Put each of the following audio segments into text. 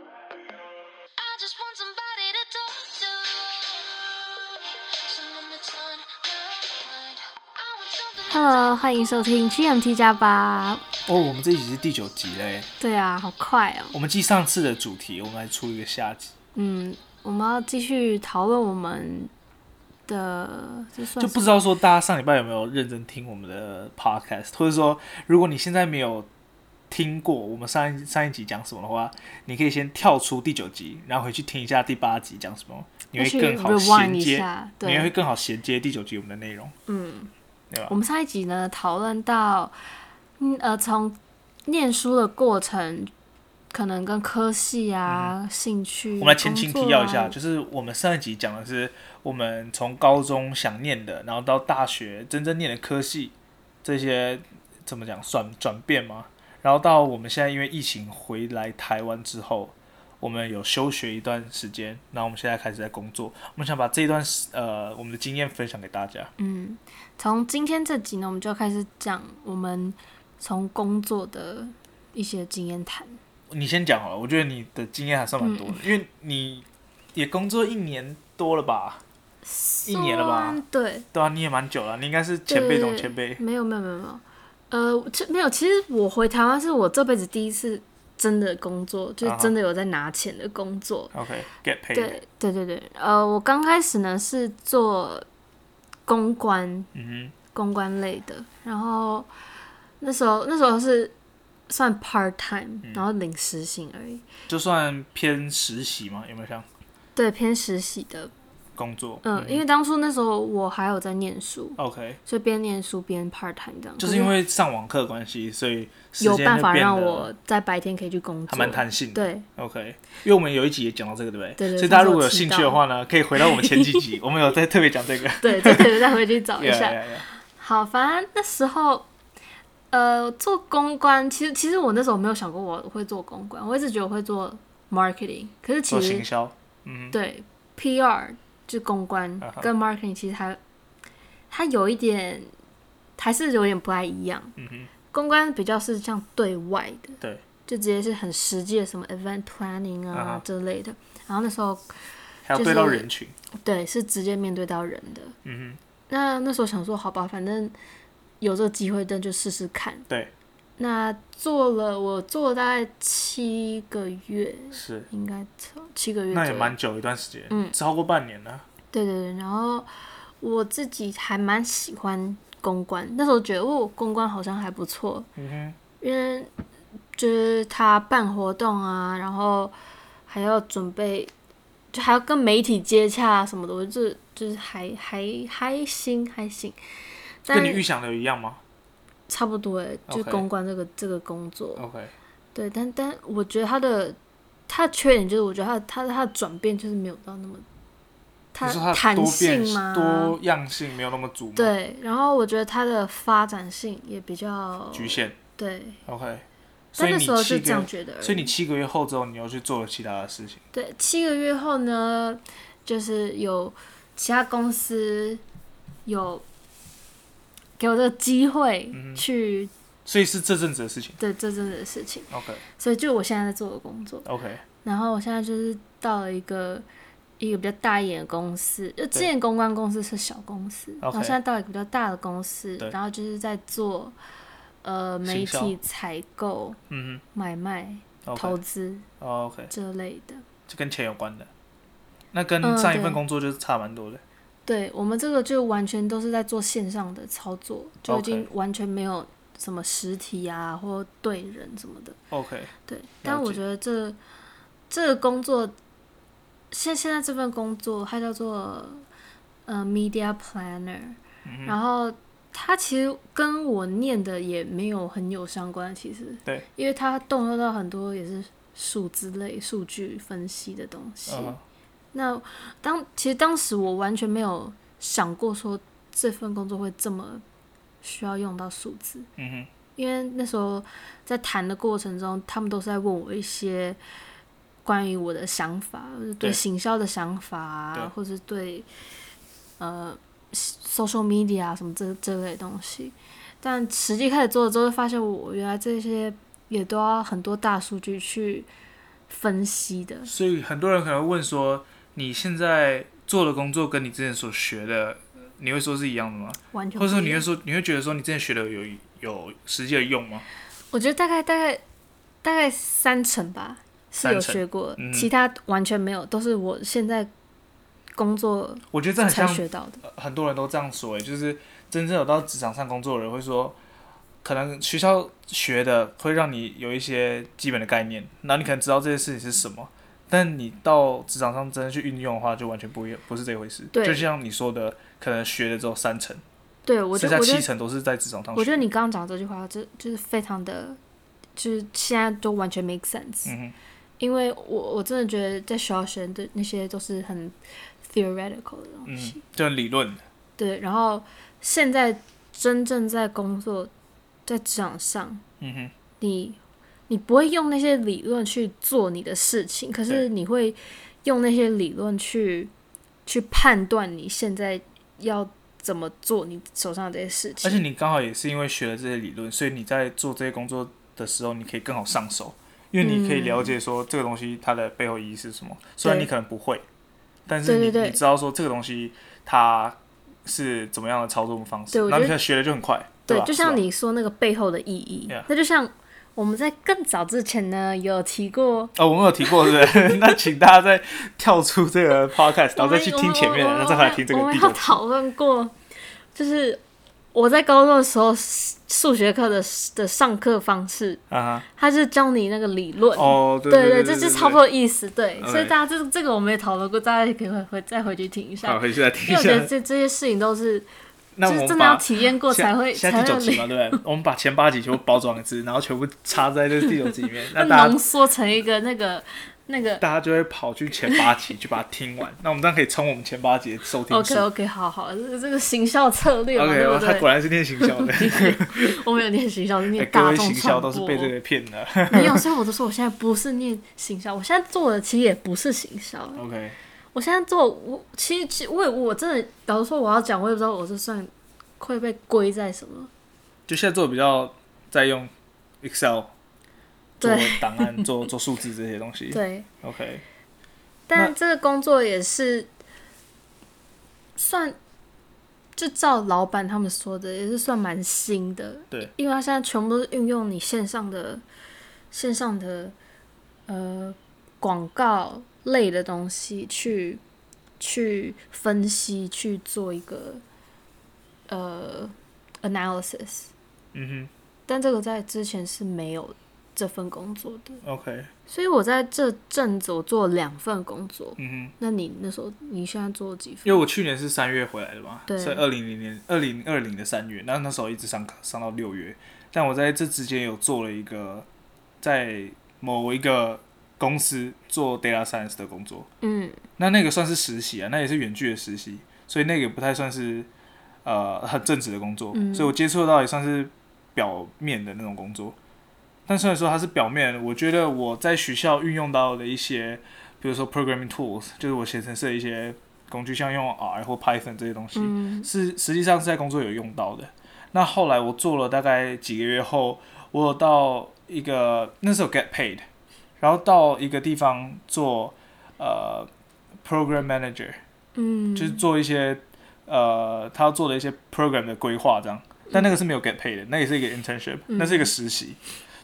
I just want somebody to talk to. Someone that's on my mind. I want something. Hello，欢迎收听 GMT 加八。哦，我们这一集是第九集嘞。对啊，好快哦。我们继上次的主题，我们来出一个下集，嗯，我们要继续讨论我们的，这算就是不知道说大家上礼拜有没有认真听我们的 podcast，或者说如果你现在没有听过我们上一上一集讲什么的话，你可以先跳出第九集，然后回去听一下第八集讲什么，你要会去更好 rewind 衔一接，下。你会对，更好衔接第九集我们的内容。嗯，对吧我们上一集呢讨论到，嗯呃，从念书的过程，可能跟科系啊、兴趣，嗯我们来前情提要一下，工作啊就是我们上一集讲的是我们从高中想念的，然后到大学真正念的科系，这些怎么讲转转变嘛。然后到我们现在因为疫情回来台湾之后，我们有休学一段时间，然后我们现在开始在工作。我们想把这一段时呃我们的经验分享给大家啊，嗯，从今天这集呢，我们就开始讲我们从工作的一些经验谈。你先讲好了，我觉得你的经验还算蛮多嗯的，因为你也工作一年多了吧，一年了吧算？对，对啊，你也蛮久了，你应该是前辈中对前辈。没有没有没有没有，呃，这没有。其实我回台湾是我这辈子第一次真的工作，就是啊哈真的有在拿钱的工作。 OK，get、paid。对对对对，呃，我刚开始呢是做公关，嗯公关类的，然后那时候那时候是算 part time，然嗯后领时薪而已，哼，就算偏实习嘛，有没有像对，偏实习的。工作？嗯，因为当初那时候我还有在念书， OK，所以边念书边 part time 这样。就是因为上网课的关系，所以时有间办就法变让得我在白天可以去工作，还蛮弹性的。对 OK，因为我们有一集也讲到这个，对不对？对对所以大家上次如果有有提兴到趣的话呢，可以回到我们前几集， 我们有在特别讲这个。对，这个再回去找一 Yeah, 下。 yeah, yeah. 好，反正那时候，呃，做公关，其实其实我那时候没有想过我会做公关，我一直觉得我会做 marketing，可是做其行实销，嗯哼，对 PR 就是公关啊哈跟 marketing 其实它它有一点还是有点不太一样，嗯哼，公关比较是像对外的，对，就直接是很实际的什么 event planning 啊啊哈之类的。然后那时候还要就对到是人群，对，是直接面对到人的。嗯那那时候想说，好吧，反正有这个机会，那就试试看。对。那做了，我做了大概七个月，哼，是，应该超七个月左那右。也蛮久一段时间，嗯超过半年了。对对对，然后我自己还蛮喜欢公关，那时候觉得哦，公关好像还不错，嗯因为就是他办活动啊，然后还要准备，就还要跟媒体接洽啊什么的，我就就是还还还行还行，哼，跟但你预想的一样吗差不多诶，就 OK 哦公关这个这个工作， ？OK，对，但但我觉得他的他的缺点就是，我觉得他的他的他的转变就是没有到那么，你说它弹多变性吗？多样性没有那么足吗？，对，然后我觉得它的发展性也比较局。限。对， OK，所但以那你时候七是这个样月，觉得而已。所以你七个月后之后，你又去做了其他的事情。对七个月后呢，就是有其他公司有给我这个机会嗯哼去所以是这阵子的事情。对这阵子的事情， OK 所以就我现在在做的工作。 OK，然后我现在就是到了一个一个比较大一点的公司，就之前公关公司是小公司，然 OK 后现在到一个比较大的公司对，然后就是在做呃媒行销体采购、嗯买卖、哼投，OK 哦资 OK，这类的。就跟钱有关的。那跟嗯上一对份工作就是差蛮多的。对我们这个就完全都是在做线上的操作，就已经完全没有什么实体啊或对人什么的。 OK，对，但我解觉得这这个工作，现现在这份工作它叫做呃 media planner，、嗯哼，然后它其实跟我念的也没有很有相关，其实对，因为它动用到很多也是数字类、数据分析的嗯东西。嗯哼，那当其实当时我完全没有想过说这份工作会这么需要用到数字，嗯哼，因为那时候在谈的过程中，他们都是在问我一些关于我的想法，就是对对行销的想法对啊，或是对呃 social media 啊什么这这类东西。但实际开始做了之后，发现我原来这些也都要很多大数据去分析的。所以很多人可能会问说，你现在做的工作跟你之前所学的，你会说是一样的吗？完全不或者说一你样会说，你会觉得说你之前学的有有实际的用吗？我觉得大概大概大概三成吧是三有成学过，嗯其他完全没有，都是我现在工作我觉得这很才像学到的。呃很多人都这样说，诶，就是真正有到职场上工作的人会说，可能学校学的会让你有一些基本的概念，然后你可能知道这些事情是什么，但你到职场上真的去运用的话，就完全不一不是这回事。对就像你说的，可能学了之后三成，对我觉剩得下我觉七得成都是在职场上学的。我觉得你刚刚讲这句话，就就是非常的，就是现在都完全 make sense，、嗯哼，因为我我真的觉得在学校学的那些都是很 theoretical 的东西。嗯，就理论的，对，然后现在真正在工作在职场上，嗯哼，你你不会用那些理论去做你的事情，可对是你会用那些理论去去判断你现在要怎么做你手上的这些事情。而且你刚好也是因为学了这些理论，所以你在做这些工作的时候，你可以更好上手，因为你嗯可以了解说这个东西它的背后意义是什么。虽然你可能不会，但是对你对对你知道说这个东西它是怎么样的操作方式，对我然觉后你得可能学的就很快，对，吧？就是像吧你说那个背后的意义 Yeah 那就像我们在更早之前呢有提过，哦，我们有提过，对不对？ 那请大家再跳出这个 podcast，然后再哦去听前面的，我然们后再回来听这我个们第要九集。讨论过，就是我在高中的时候数数学课的的上课方式，啊它是教你那个理论。哈，哦，对对对，哎这是差不。多意思。对， OK 所以大家这这个我们也讨论过，大家也可以回回再回去听一好，下，回去再听因为一我觉得下。这这些事情都是 那就我是们真的把要体验过现在才会现才在第会九集理 嘛，对不对？我们把前八集全部包装一次，然后全部插在这第九集里面，那大家浓缩成一个那个那个。大家就会跑去前八集去把它听完。那我们这样可以冲我们前八集的收听数 OK。OK，好好，这这个行销策略嘛 OK，对我不他对？果 然是念行销的，我没有念行销，是哎念各大位众行销传播。都是被这个骗的。 没有，所以我都说我现在不是念行销，我现在做的其实也不是行销， OK，我现在做我其实其实我也我真的，假如说我要讲，我也不知道我这算会被归在什么。就现在做比较在用 Excel 做对档案、做做数字这些东西。 对， OK，但这个工作也是算，就照老板他们说的，也是算蛮新的。对，因为他现在全部都是运用你线上的、线上的呃广告类的东西去去分析、去做一个呃 analysis，嗯但这个在之前是没有这份工作的。哼，OK，所以我在这阵子我做了两份工作，嗯哼。那你那时候你现在做几份？因为我去年是三月回来的嘛，对所以二零零年、二零二零的三月，那那时候一直上课上到六月，但我在这之间有做了一个在某一个公司做 data science 的工作，嗯，那那个算是实习啊，那也是远距的实习，所以那个不太算是呃很正职的工作，嗯所以我接触到也算是表面的那种工作。但虽然说它是表面，我觉得我在学校运用到的一些，比如说 programming tools，就是我写程式的一些工具，像用 R 或 Python 这些东西，嗯是实际上是在工作有用到的。那后来我做了大概几个月后，我有到一个那时候 get paid，然后到一个地方做呃 program manager，嗯，就是做一些呃他要做的一些 program 的规划这样。但那个是没有 get paid 的，那也是一个 internship，嗯那是一个实习。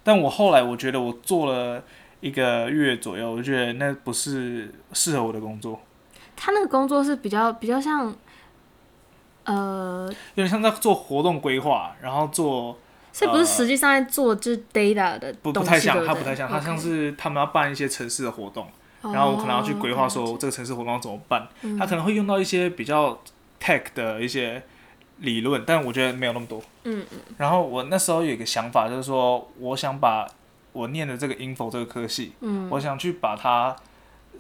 但我后来我觉得我做了一个月左右，我觉得那不是适合我的工作，他那个工作是比较比较像，呃，有点像在做活动规划，然后做所以不是呃实际上在做就是 data 的不东不西太像，对它对不太像，它 OK 像是他们要办一些城市的活动，哦然后我可能要去规划说这个城市活动要怎么办，嗯它可能会用到一些比较 tech 的一些理论，但我觉得没有那么多。嗯然后我那时候有一个想法，就是说我想把我念的这个 info 这个科系，嗯，我想去把它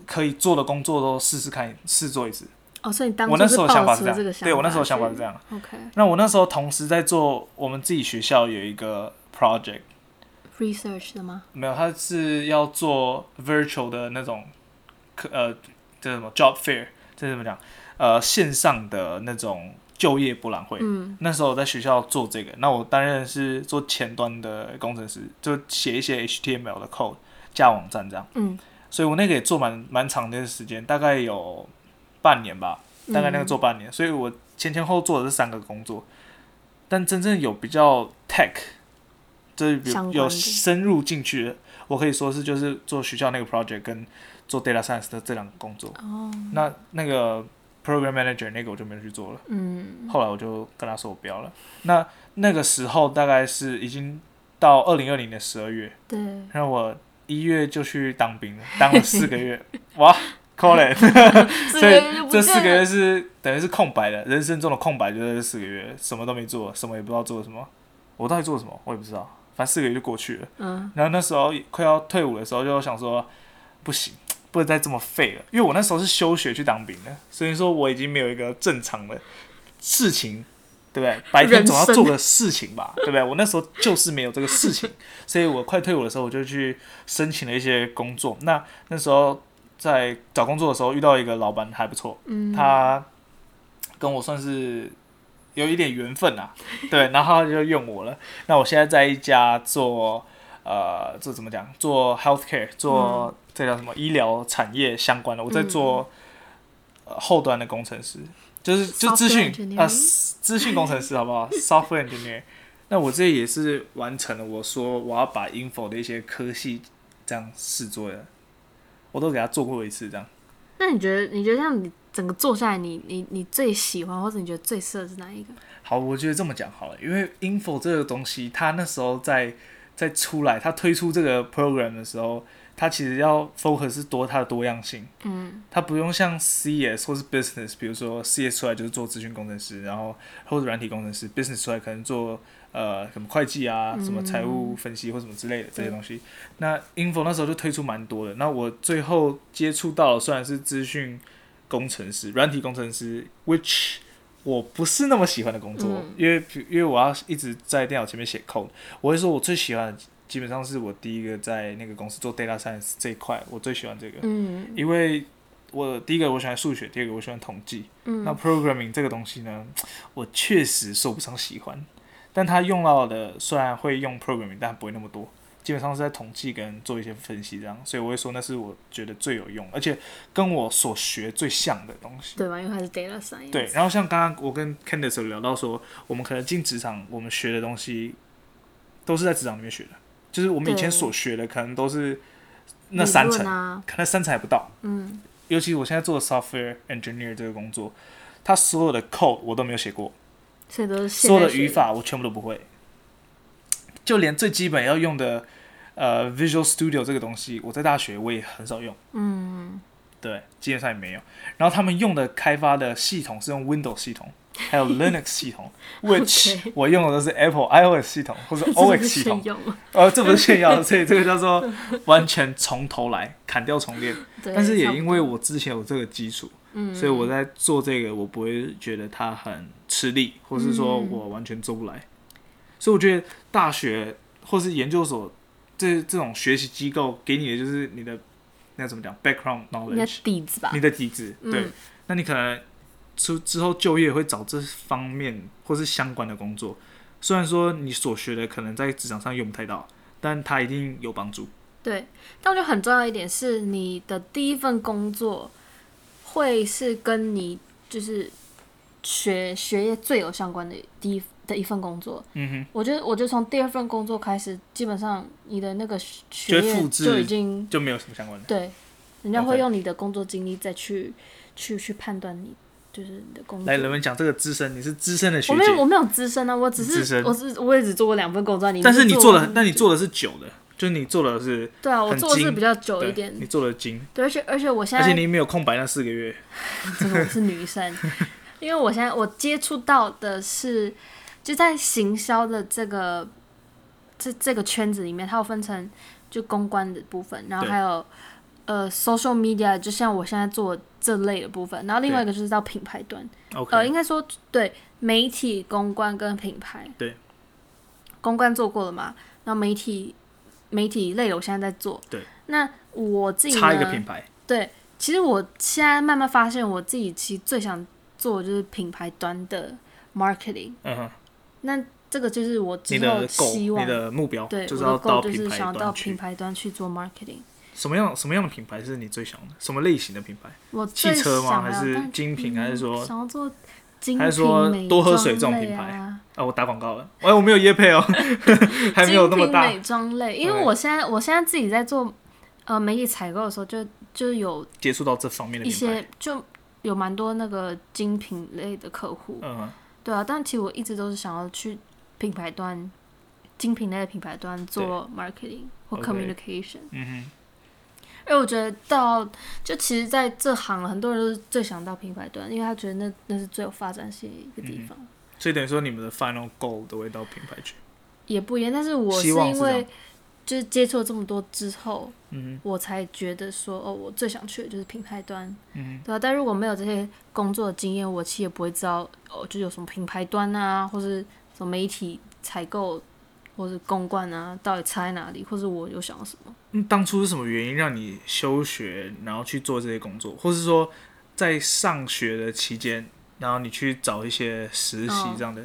可以做的工作都试试看，试做一次。哦，所以你当我初那是时候抱想法持是这这样个想法，对我那时候想法是这样。 OK 那我那时候同时在做我们自己学校有一个 project， research 的吗？没有，它是要做 virtual 的那种，课呃，这是什么 job fair，这是怎么讲？呃，线上的那种就业博览会。嗯那时候我在学校做这个，那我担任是做前端的工程师，就写一些 HTML 的 code 架网站这样。嗯，所以我那个也做蛮蛮长的时间，大概有半年吧，大概那个嗯做半年，所以我前前后后做的是三个工作，但真正有比较 tech，就是比相关的有深入进去的，我可以说是就是做学校那个 project 跟做 data science 的这两个工作。哦，那那个 program manager 那个我就没有去做了，嗯后来我就跟他说我不要了。那那个时候大概是已经到二零二零的十二月，对，然后我一月就去当兵了，当了四个月， 哇，可怜。所以这四个月是等于是空白的，人生中的空白就是这四个月，什么都没做，什么也不知道做什么。我到底做什么，我也不知道，反正四个月就过去了。嗯然后那时候快要退伍的时候，就想说，不行，不能再这么废了，因为我那时候是休学去当兵的，所以说我已经没有一个正常的事情，对不对？白天总要做个事情吧，对不对？我那时候就是没有这个事情，所以我快退伍的时候，我就去申请了一些工作。那那时候在找工作的时候，遇到一个老板还不错，嗯，他跟我算是有一点缘分啊， 对，然后他就用我了。那我现在在一家做呃，这怎么讲？做 healthcare，做嗯这叫什么医疗产业相关的，我在做、呃、后端的工程师，就是就嗯 Software 资讯啊， engineering 资讯工程师好 不好？software engineer。那我这也是完成了我说我要把 info 的一些科系这样试做的，我都给他做过一次这样。那你觉得你觉得像你整个做下来，你你你最喜欢或者你觉得最适合是哪一个？好，我觉得这么讲好了，因为 Info 这个东西，它那时候在在出来，它推出这个 program 的时候，它其实要 focus 是多它的多样性，嗯它不用像 CS 或是 Business，比如说 CS 出来就是做咨询工程师，然后或者软体工程师，Business 出来可能做呃什么会计啊、什么财务分析或什么之类的这些东西。那 Info 那时候就推出蛮多的，那我最后接触到的虽然是资讯工程师、软体工程师，which 我不是那么喜欢的工作，嗯因为因为我要一直在电脑前面写 code，我会说我最喜欢的基本上是我第一个在那个公司做 data science 这一块，我最喜欢这个。嗯因为我第一个我喜欢数学，第二个我喜欢统计。那嗯 programming 这个东西呢，我确实说不上喜欢，但它用到的虽然会用 programming，但不会那么多，基本上是在统计跟做一些分析这样，所以我会说那是我觉得最有用，而且跟我所学最像的东西。对吧？因为它是 data science，对，然后像刚刚我跟 Candice 有聊到说，我们可能进职场，我们学的东西都是在职场里面学的，就是我们以对前所学的可能都是那理三论层，啊，可能三层还不到。嗯尤其我现在做的 software engineer 这个工作，它所有的 code 我都没有写过，所以都是现所在有的学语，法我全部都不会，就连最基本要用的呃 Visual Studio 这个东西，我在大学我也很少用，嗯对，基本上也没有。然后他们用的开发的系统是用 Windows 系统，还有 Linux 系统，which 我用的都是 Apple iOS 系统或者 OX 系统 真的是炫， 耀呃，这不是炫耀，所以这个叫做完全从头来，砍掉重练。对但是也差不因多嗯为我之前有这个基础，所以我在做这个，我不会觉得它很吃力，或是说嗯我完全做不来。所以我觉得大学或是研究所这这种学习机构给你的就是你的那怎么讲 background 应该 knowledge，底子吧你？的底子。对，嗯那你可能出之后就业会找这方面或是相关的工作，虽然说你所学的可能在职场上用不太到，但它一定有帮助。对，但我觉得很重要一点是，你的第一份工作会是跟你就是学学业最有相关的第一的一份工作。嗯哼。我觉得，我觉得从第二份工作开始，基本上你的那个学学就会业复制就已经就没有什么相关的。对，人家 OK 会用你的工作经历再去去去判断你就是你的工作来，。人们讲这个资深，你是资深的学我没有，我姐，没有资深啊，我只资是深我只我也只做过两份工作啊，你但是你做做的，但你做的是久的，就是你做的是对啊，我很做的是精比较久一对点，你做的精，对，而且而且我现而在且你没有空白那四个月。这个我是女生， 因为我现在我接触到的是，就在行销的这个这这个圈子里面，它有分成就公关的部分，然后对还有呃 social media，就像我现在做这类的部分，然后另外一个就是到品牌端， OK，、呃，应该说对媒体公关跟品牌，对，公关做过了嘛，然后媒体媒体类的我现在在做，对，那我自己呢差一个品牌，对，其实我现在慢慢发现，我自己其实最想做的就是品牌端的 marketing。嗯哼，那这个就是我你之后的 goal，希望你的目标对就是我要的 goal 到就是品牌想要到端品去。牌端去做 marketing。什么样什么样的品牌是你最想的？什么类型的品牌？我汽最车吗？想还要是当嗯精品？还是说想要做精还品是说美多喝水这妆种类品牌啊啊，我打广告了，哎，我没有业配哦， 还没有那么精品大美妆类，因为 OK 我现在我现在自己在做呃媒体采购的时候就，就有接触到这方面的一品牌。些就有蛮多那个精品类的客户，嗯哼，对啊，但其实我一直都是想要去品牌端精品类的品牌端做 marketing 或 OK communication。嗯因为我觉得到就其实在这行，很多人都是最想到品牌端，因为他觉得那那是最有发展性的一个地方。哼，所以等于说你们的 final goal 都会到品牌去。也不一样，但是我是希望是因这为样就是接触了这么多之后，嗯我才觉得说哦，我最想去的就是品牌端，哼，嗯对啊。但如果没有这些工作的经验，我其实也不会知道哦，就有什么品牌端啊，或是什么媒体采购，或是公关啊，到底差在哪里，或是我有想要什么。哼，那当初是什么原因让你休学，然后去做这些工作，或是说在上学的期间，然后你去找一些实习哦这样的，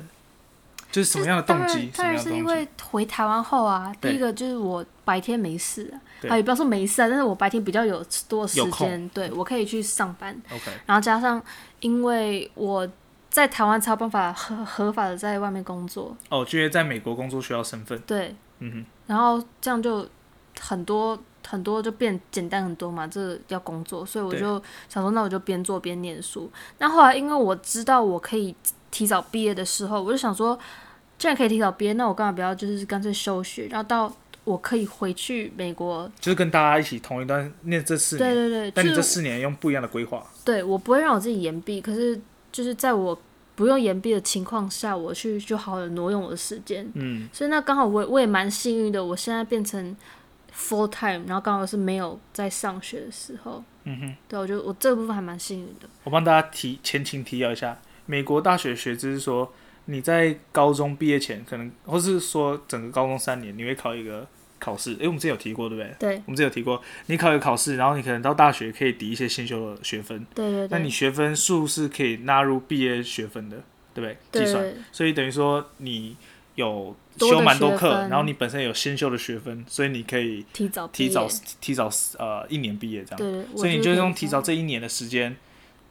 就是什么就样的当动然机？什当么然样的是因动机？为回台湾后啊，第对一个就是我白天没事对啊，啊也不要说没事啊，但是我白天比较有多时有空间，对我可以去上班， OK，然后加上因为我在台湾才有办法合合法的在外面工作，哦，就因为在美国工作需要身份。对，嗯然后这样就很多很多就变简单很多嘛，这要工作，所以我对就想说，那我就边做边念书。那后来因为我知道我可以提早毕业的时候，我就想说，既然可以提早毕业，那我干嘛不要就是干脆休学，然后到我可以回去美国？哼，就是跟大家一起同一段念这四对年，对但对，你就这是四年用不一样的规划。对我不会让我自己延毕，可是就是在我不用延毕的情况下，我去就好好的挪用我的时间。嗯，所以那刚好我我也蛮幸运的，我现在变成 full time，然后刚好是没有在上学的时候，嗯哼。对啊我觉得我这部分还蛮幸运的。我帮大家提前情提要一下，美国大学学制是说，你在高中毕业前，可能或是说整个高中三年，你会考一个考试。诶、我们之前有提过，对不对？对我们之前有提过，你考一个考试，然后你可能到大学可以抵一些先修的学分，对对对，那你学分数是可以纳入毕业学分的，对不对？对计算，所以等于说你有多的修蛮多学课，分然后你本身有先修的学分，所以你可以提早毕提业早提早呃一年毕业这样。对，我所以你就就是用可提早这一年的时间，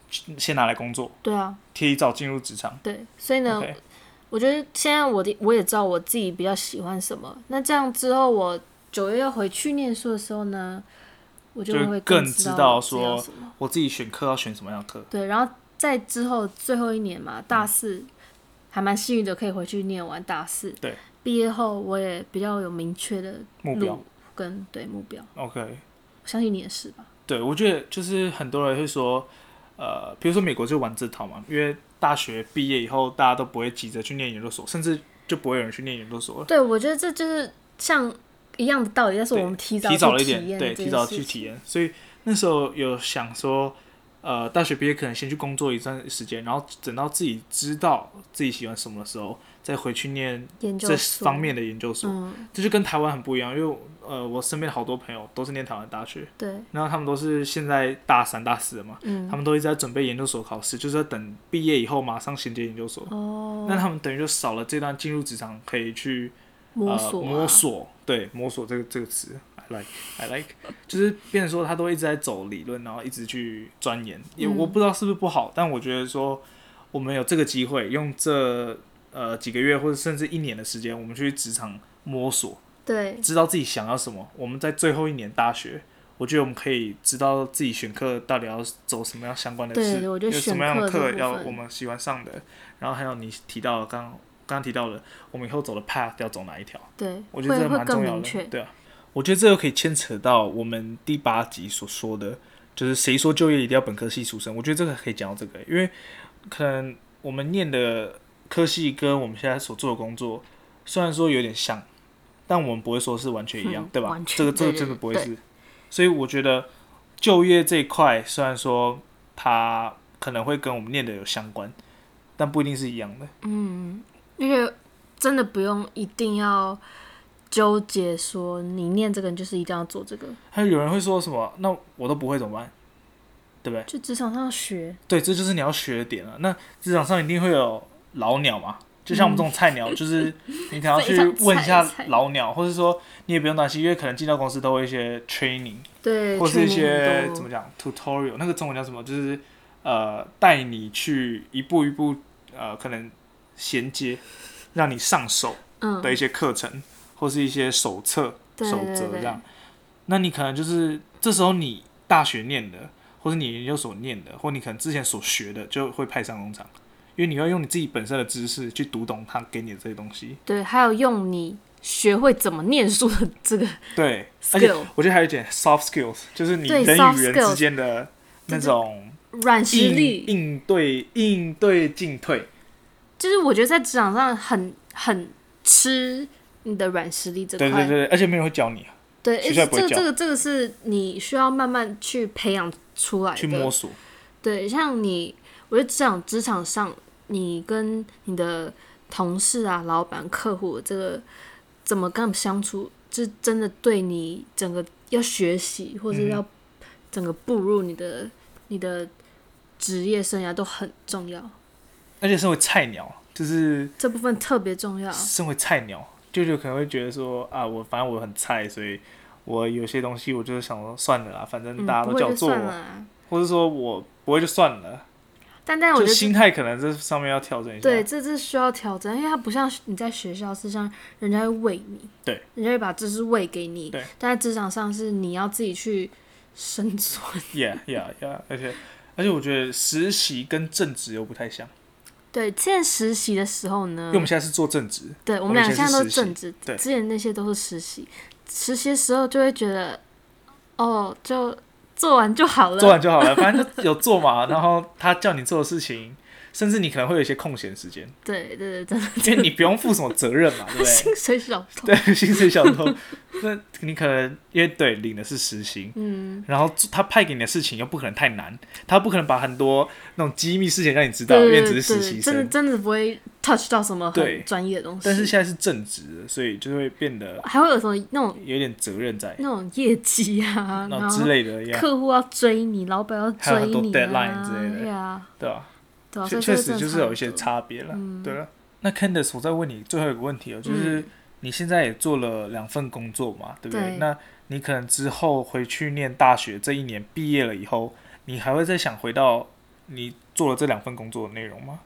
去先拿来工作，对啊提早进入职场。对，所以呢 OK，我觉得现在我的我也知道我自己比较喜欢什么。那这样之后我九月要回去念书的时候呢，我就就会更知知道道我自己要说什么我自己选课要选什么样的课？对，然后在之后最后一年嘛，嗯大四、还蛮幸运的，可以回去念完大四。对，毕业后我也比较有明确的目标路跟对目标， OK，我相信你也是吧？对我觉得就是很多人会说，呃，比如说美国就玩这套嘛，因为大学毕业以后大家都不会急着去念研究所，甚至就不会有人去念研究所了。对，我觉得这就是像一样的道理，但是对我们提早提去早了一体点，验对，这提件早事情去体验。所以那时候有想说，呃，大学毕业可能先去工作一段时间，然后等到自己知道自己喜欢什么的时候，再回去念研究这所方面的研究所。嗯，这就跟台湾很不一样，因为我呃，我身边的好多朋友都是念台湾大学，对，然后他们都是现在大三、大四的嘛，嗯他，们都一直在准备研究所考试，就是要等毕业以后马上衔接研究所。哦，那他们等于就少了这段进入职场可以去摸呃索、啊摸，索，对摸索这个这个词，I like I like，就是变成说他都一直在走理论，然后一直去钻研，也嗯我不知道是不是不好，但我觉得说我们有这个机会，用这呃几个月或者甚至一年的时间，我们去职场摸索，对，知道自己想要什么。我们在最后一年大学，我觉得我们可以知道自己选课到底要走什么样相关的对事，我觉得选有什么样的课这课部要分我们喜欢上的。然后还有你提到的刚刚刚提到的，我们以后走的 path 要走哪一条？对，我觉得会这会蛮更重要明的，确，对啊。我觉得这又可以牵扯到我们第八集所说的，就是谁说就业一定要本科系出身？我觉得这个可以讲到这个，欸因为可能我们念的科系跟我们现在所做的工作，虽然说有点像，但我们不会说是完全一样，嗯对吧完？全这个这个对对真的不会对是。所以我觉得就业这一块，虽然说它可能会跟我们念的有相关，但不一定是一样的。嗯，而且真的不用一定要纠结说你念这个你就是一定要做这个，还有有人会说什么，那我都不会怎么办？对不对？就职场上学。对，这就是你要学的点了。那职场上一定会有老鸟嘛，就像我们这种菜鸟，就是你可能要去嗯非常菜问一下菜老鸟，或者说你也不用担心，因为可能进到公司都会有一些 training，对，或是一 training 很些多怎么讲 tutorial，那个中文叫什么？就是呃，带你去一步一步呃，可能衔接，让你上手嗯，的一些课程，或是一些手册、对守对则对这样。那你可能就是这时候你大学念的，或是你研究所念的，或你可能之前所学的，就会派上用场，因为你要用你自己本身的知识去读懂他给你的这些东西。对，还有用你学会怎么念书的这个，对 Skill 而且我觉得还有一点 soft skills，就是你对人，soft 与人 skills 之间的那种软实应力，应对应对进退。就是我觉得在职场上很很吃你的软实力这块。对对对，对而且没人会教你啊，对，学诶校这也不会个教这个这个是你需要慢慢去培养出来的。去摸索。对，像你，我觉得职场职场上，你跟你的同事啊、老板、客户这个怎么跟他们相处，这真的对你整个要学习，或嗯者要整个步入你的、你的职业生涯都很重要，而且身为菜鸟，就是这部分特别重要。身为菜鸟，舅舅可能会觉得说啊，我反正我很菜，所以我有些东西我就是想说算了啦，反正嗯，大家不都会叫我就做，算了啊。或者说我不会就算了，但但我就觉得心这态可能这上面要调整一下。对，这是需要调整，因为它不像你在学校是像人家会喂你，对，人家会把知识喂给你，对，但在职场上是你要自己去生存。 ，yeah yeah yeah，而且而且我觉得实习跟正职又不太嗯像，对，之前实习的时候呢因为我，们现在是做正职，对我我们们俩以现在前是都实习正职，对之前那些都是实习。实习的时候就会觉得，哦，就做完就好了。做完就好了，反正就有做嘛，然后他叫你做的事情。甚至你可能会有一些空闲时间，对对对，真的，因为你不用负什么责任嘛，对不对？薪水小 偷。对，薪水小偷，那你可能因为对领的是时薪，嗯，然后他派给你的事情又不可能太难，他不可能把很多那种机密事情让你知道，因对为你只对是实对，习真的生。真的不会 touch 到什么对很专业的东西。但是现在是正职的，所以就会变得还会有什么那种有点责任在，那种业绩啊，那然之后类的呀，客户要追你，老板要还有追很多你 deadline 啊，之类的对啊，对吧？对啊，所确以确这实个真的就是差有很一些多。差别了，对了。那 Candice，我再问你最后一个问题哦，就是嗯你现在也做了两份工作嘛，对不对？对那你可能之后回去念大学这一年毕业了以后，你还会再想回到你做了这两份工作的内容吗？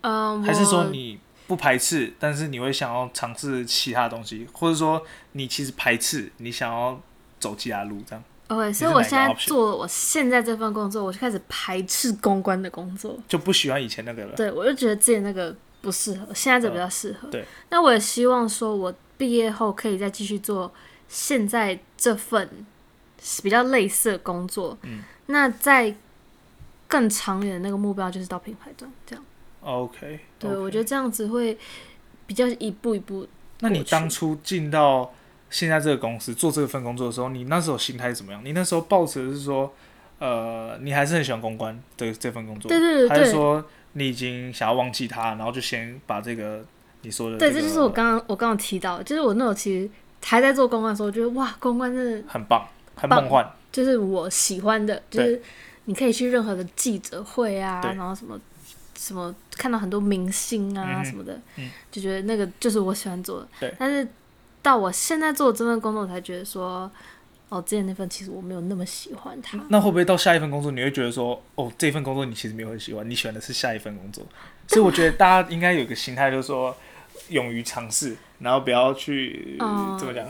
嗯，还是说我你不排斥，但是你会想要尝试其他东西，或者说你其实排斥，你想要走其他路这样？ OK，所是以我哪一现个在 option？做了我现在这份工作，我就开始排斥公关的工作。就不喜欢以前那个了。对，我就觉得自己那个不适合，现在这比较适合。对，那我也希望说，我毕业后可以再继续做现在这份比较类似的工作。嗯，那在更长远的那个目标就是到品牌端，这样。 OK，对 OK 我觉得这样子会比较一步一步。那你过去当初进到现在这个公司做这份工作的时候，你那时候心态是怎么样？你那时候抱持的是说，呃，你还是很喜欢公关的这份工作，对对对还是对说你已经想要忘记它，然后就先把这个你说的、对，这这个就是我刚刚我刚刚提到的，就是我那时候其实还在做公关的时候，我觉得哇，公关真的很棒、很棒梦幻，就是我喜欢的，就对是你可以去任何的记者会啊，对然后什么什么看到很多明星啊嗯哼什么的，嗯就觉得那个就是我喜欢做的。对但是到我现在做这份工作，我才觉得说，哦，之前那份其实我没有那么喜欢它。那会不会到下一份工作，你会觉得说，哦，这份工作你其实没有很喜欢，你喜欢的是下一份工作？所以我觉得大家应该有一个心态，就是说，勇于尝试，然后不要去、嗯怎么讲，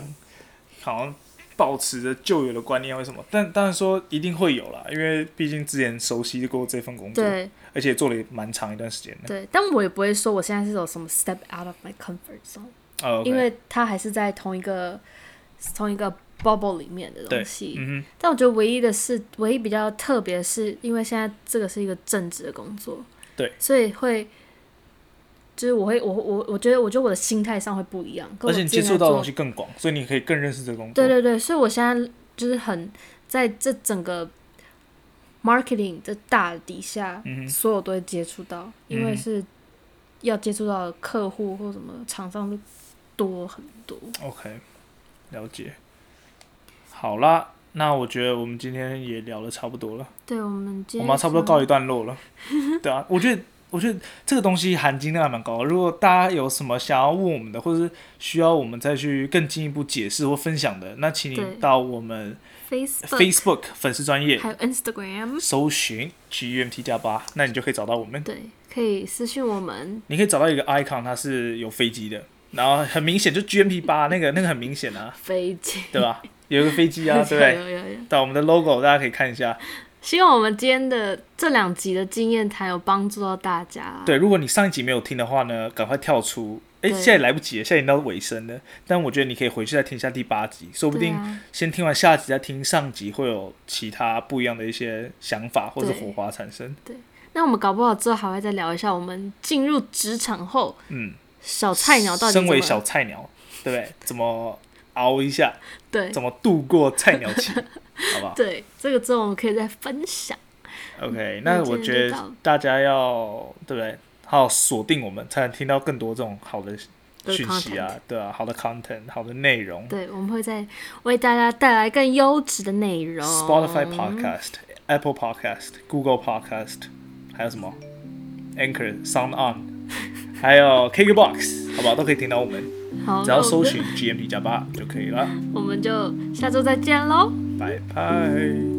好像保持着旧有的观念或什么。但当然说一定会有啦，因为毕竟之前熟悉过这份工作，对而且做了也蛮长一段时间的。对，但我也不会说我现在是有什么 step out of my comfort zone，、呃，因为它还是在同一个同一个 bubble 里面的对东西。，嗯但我觉得唯一的是，唯一比较特别的是，因为现在这个是一个正职的工作，对所以会就是我会我我我觉得我觉得我的心态上会不一样，哼，跟而我且你之前接触在到的做东西更广，所以你可以更认识这个工作。对对对，所以我现在就是很在这整个 marketing 的大底下，嗯哼所有都会接触到，因嗯为哼是要接触到的客户或什么厂商都多很多。 OK，了解。好啦，那我觉得我们今天也聊的差不多了，对，我们今我天们要差不多告一段 落了。对啊，我觉得我觉得这个东西含金量还蛮高的。如果大家有什么想要问我们的，或者是需要我们再去更进一步解释或分享的，那请对你到我们 Facebook Facebook 粉丝专业还有 Instagram，搜寻 GUMT 加八，那你就可以找到我们。对，可以私信我们。你可以找到一个 icon，它是有飞机的，然后很明显就 GMP 八那个那个很明显啊，飞机，对吧？有一个飞机 啊， 对不对？有有有。到我们的 logo，大家可以看一下。希望我们今天的这两集的经验谈有帮助到大家啊。对，如果你上一集没有听的话呢，赶快跳出。哎，对现在来不及了，现在已经到尾声了。但我觉得你可以回去再听一下第八集，说不对定啊先听完下集再听上集，会有其他不一样的一些想法或者对火花产生。那我们搞不好之后还会再聊一下我们进入职场后嗯，小菜鸟到底怎身么为小菜鸟，对不对？怎么熬一下，对怎么度过菜鸟 期，好不好对这个之后我们可以再分享。 ？OK，那我今天就觉到得大家要对不对？好好锁定我们，才能听到更多这种好的对讯息啊 content，对啊，好的 content，好的内容。对，我们会再为大家带来更优质的内容。Um, Spotify Podcast、Apple Podcast、Google Podcast，还有什么 Anchor、Sound On，还有 KKBox，好不好？都可以听到我们，好，只要那我搜们寻 GMP 加八就可以了。我们就下周再见喽。拜拜。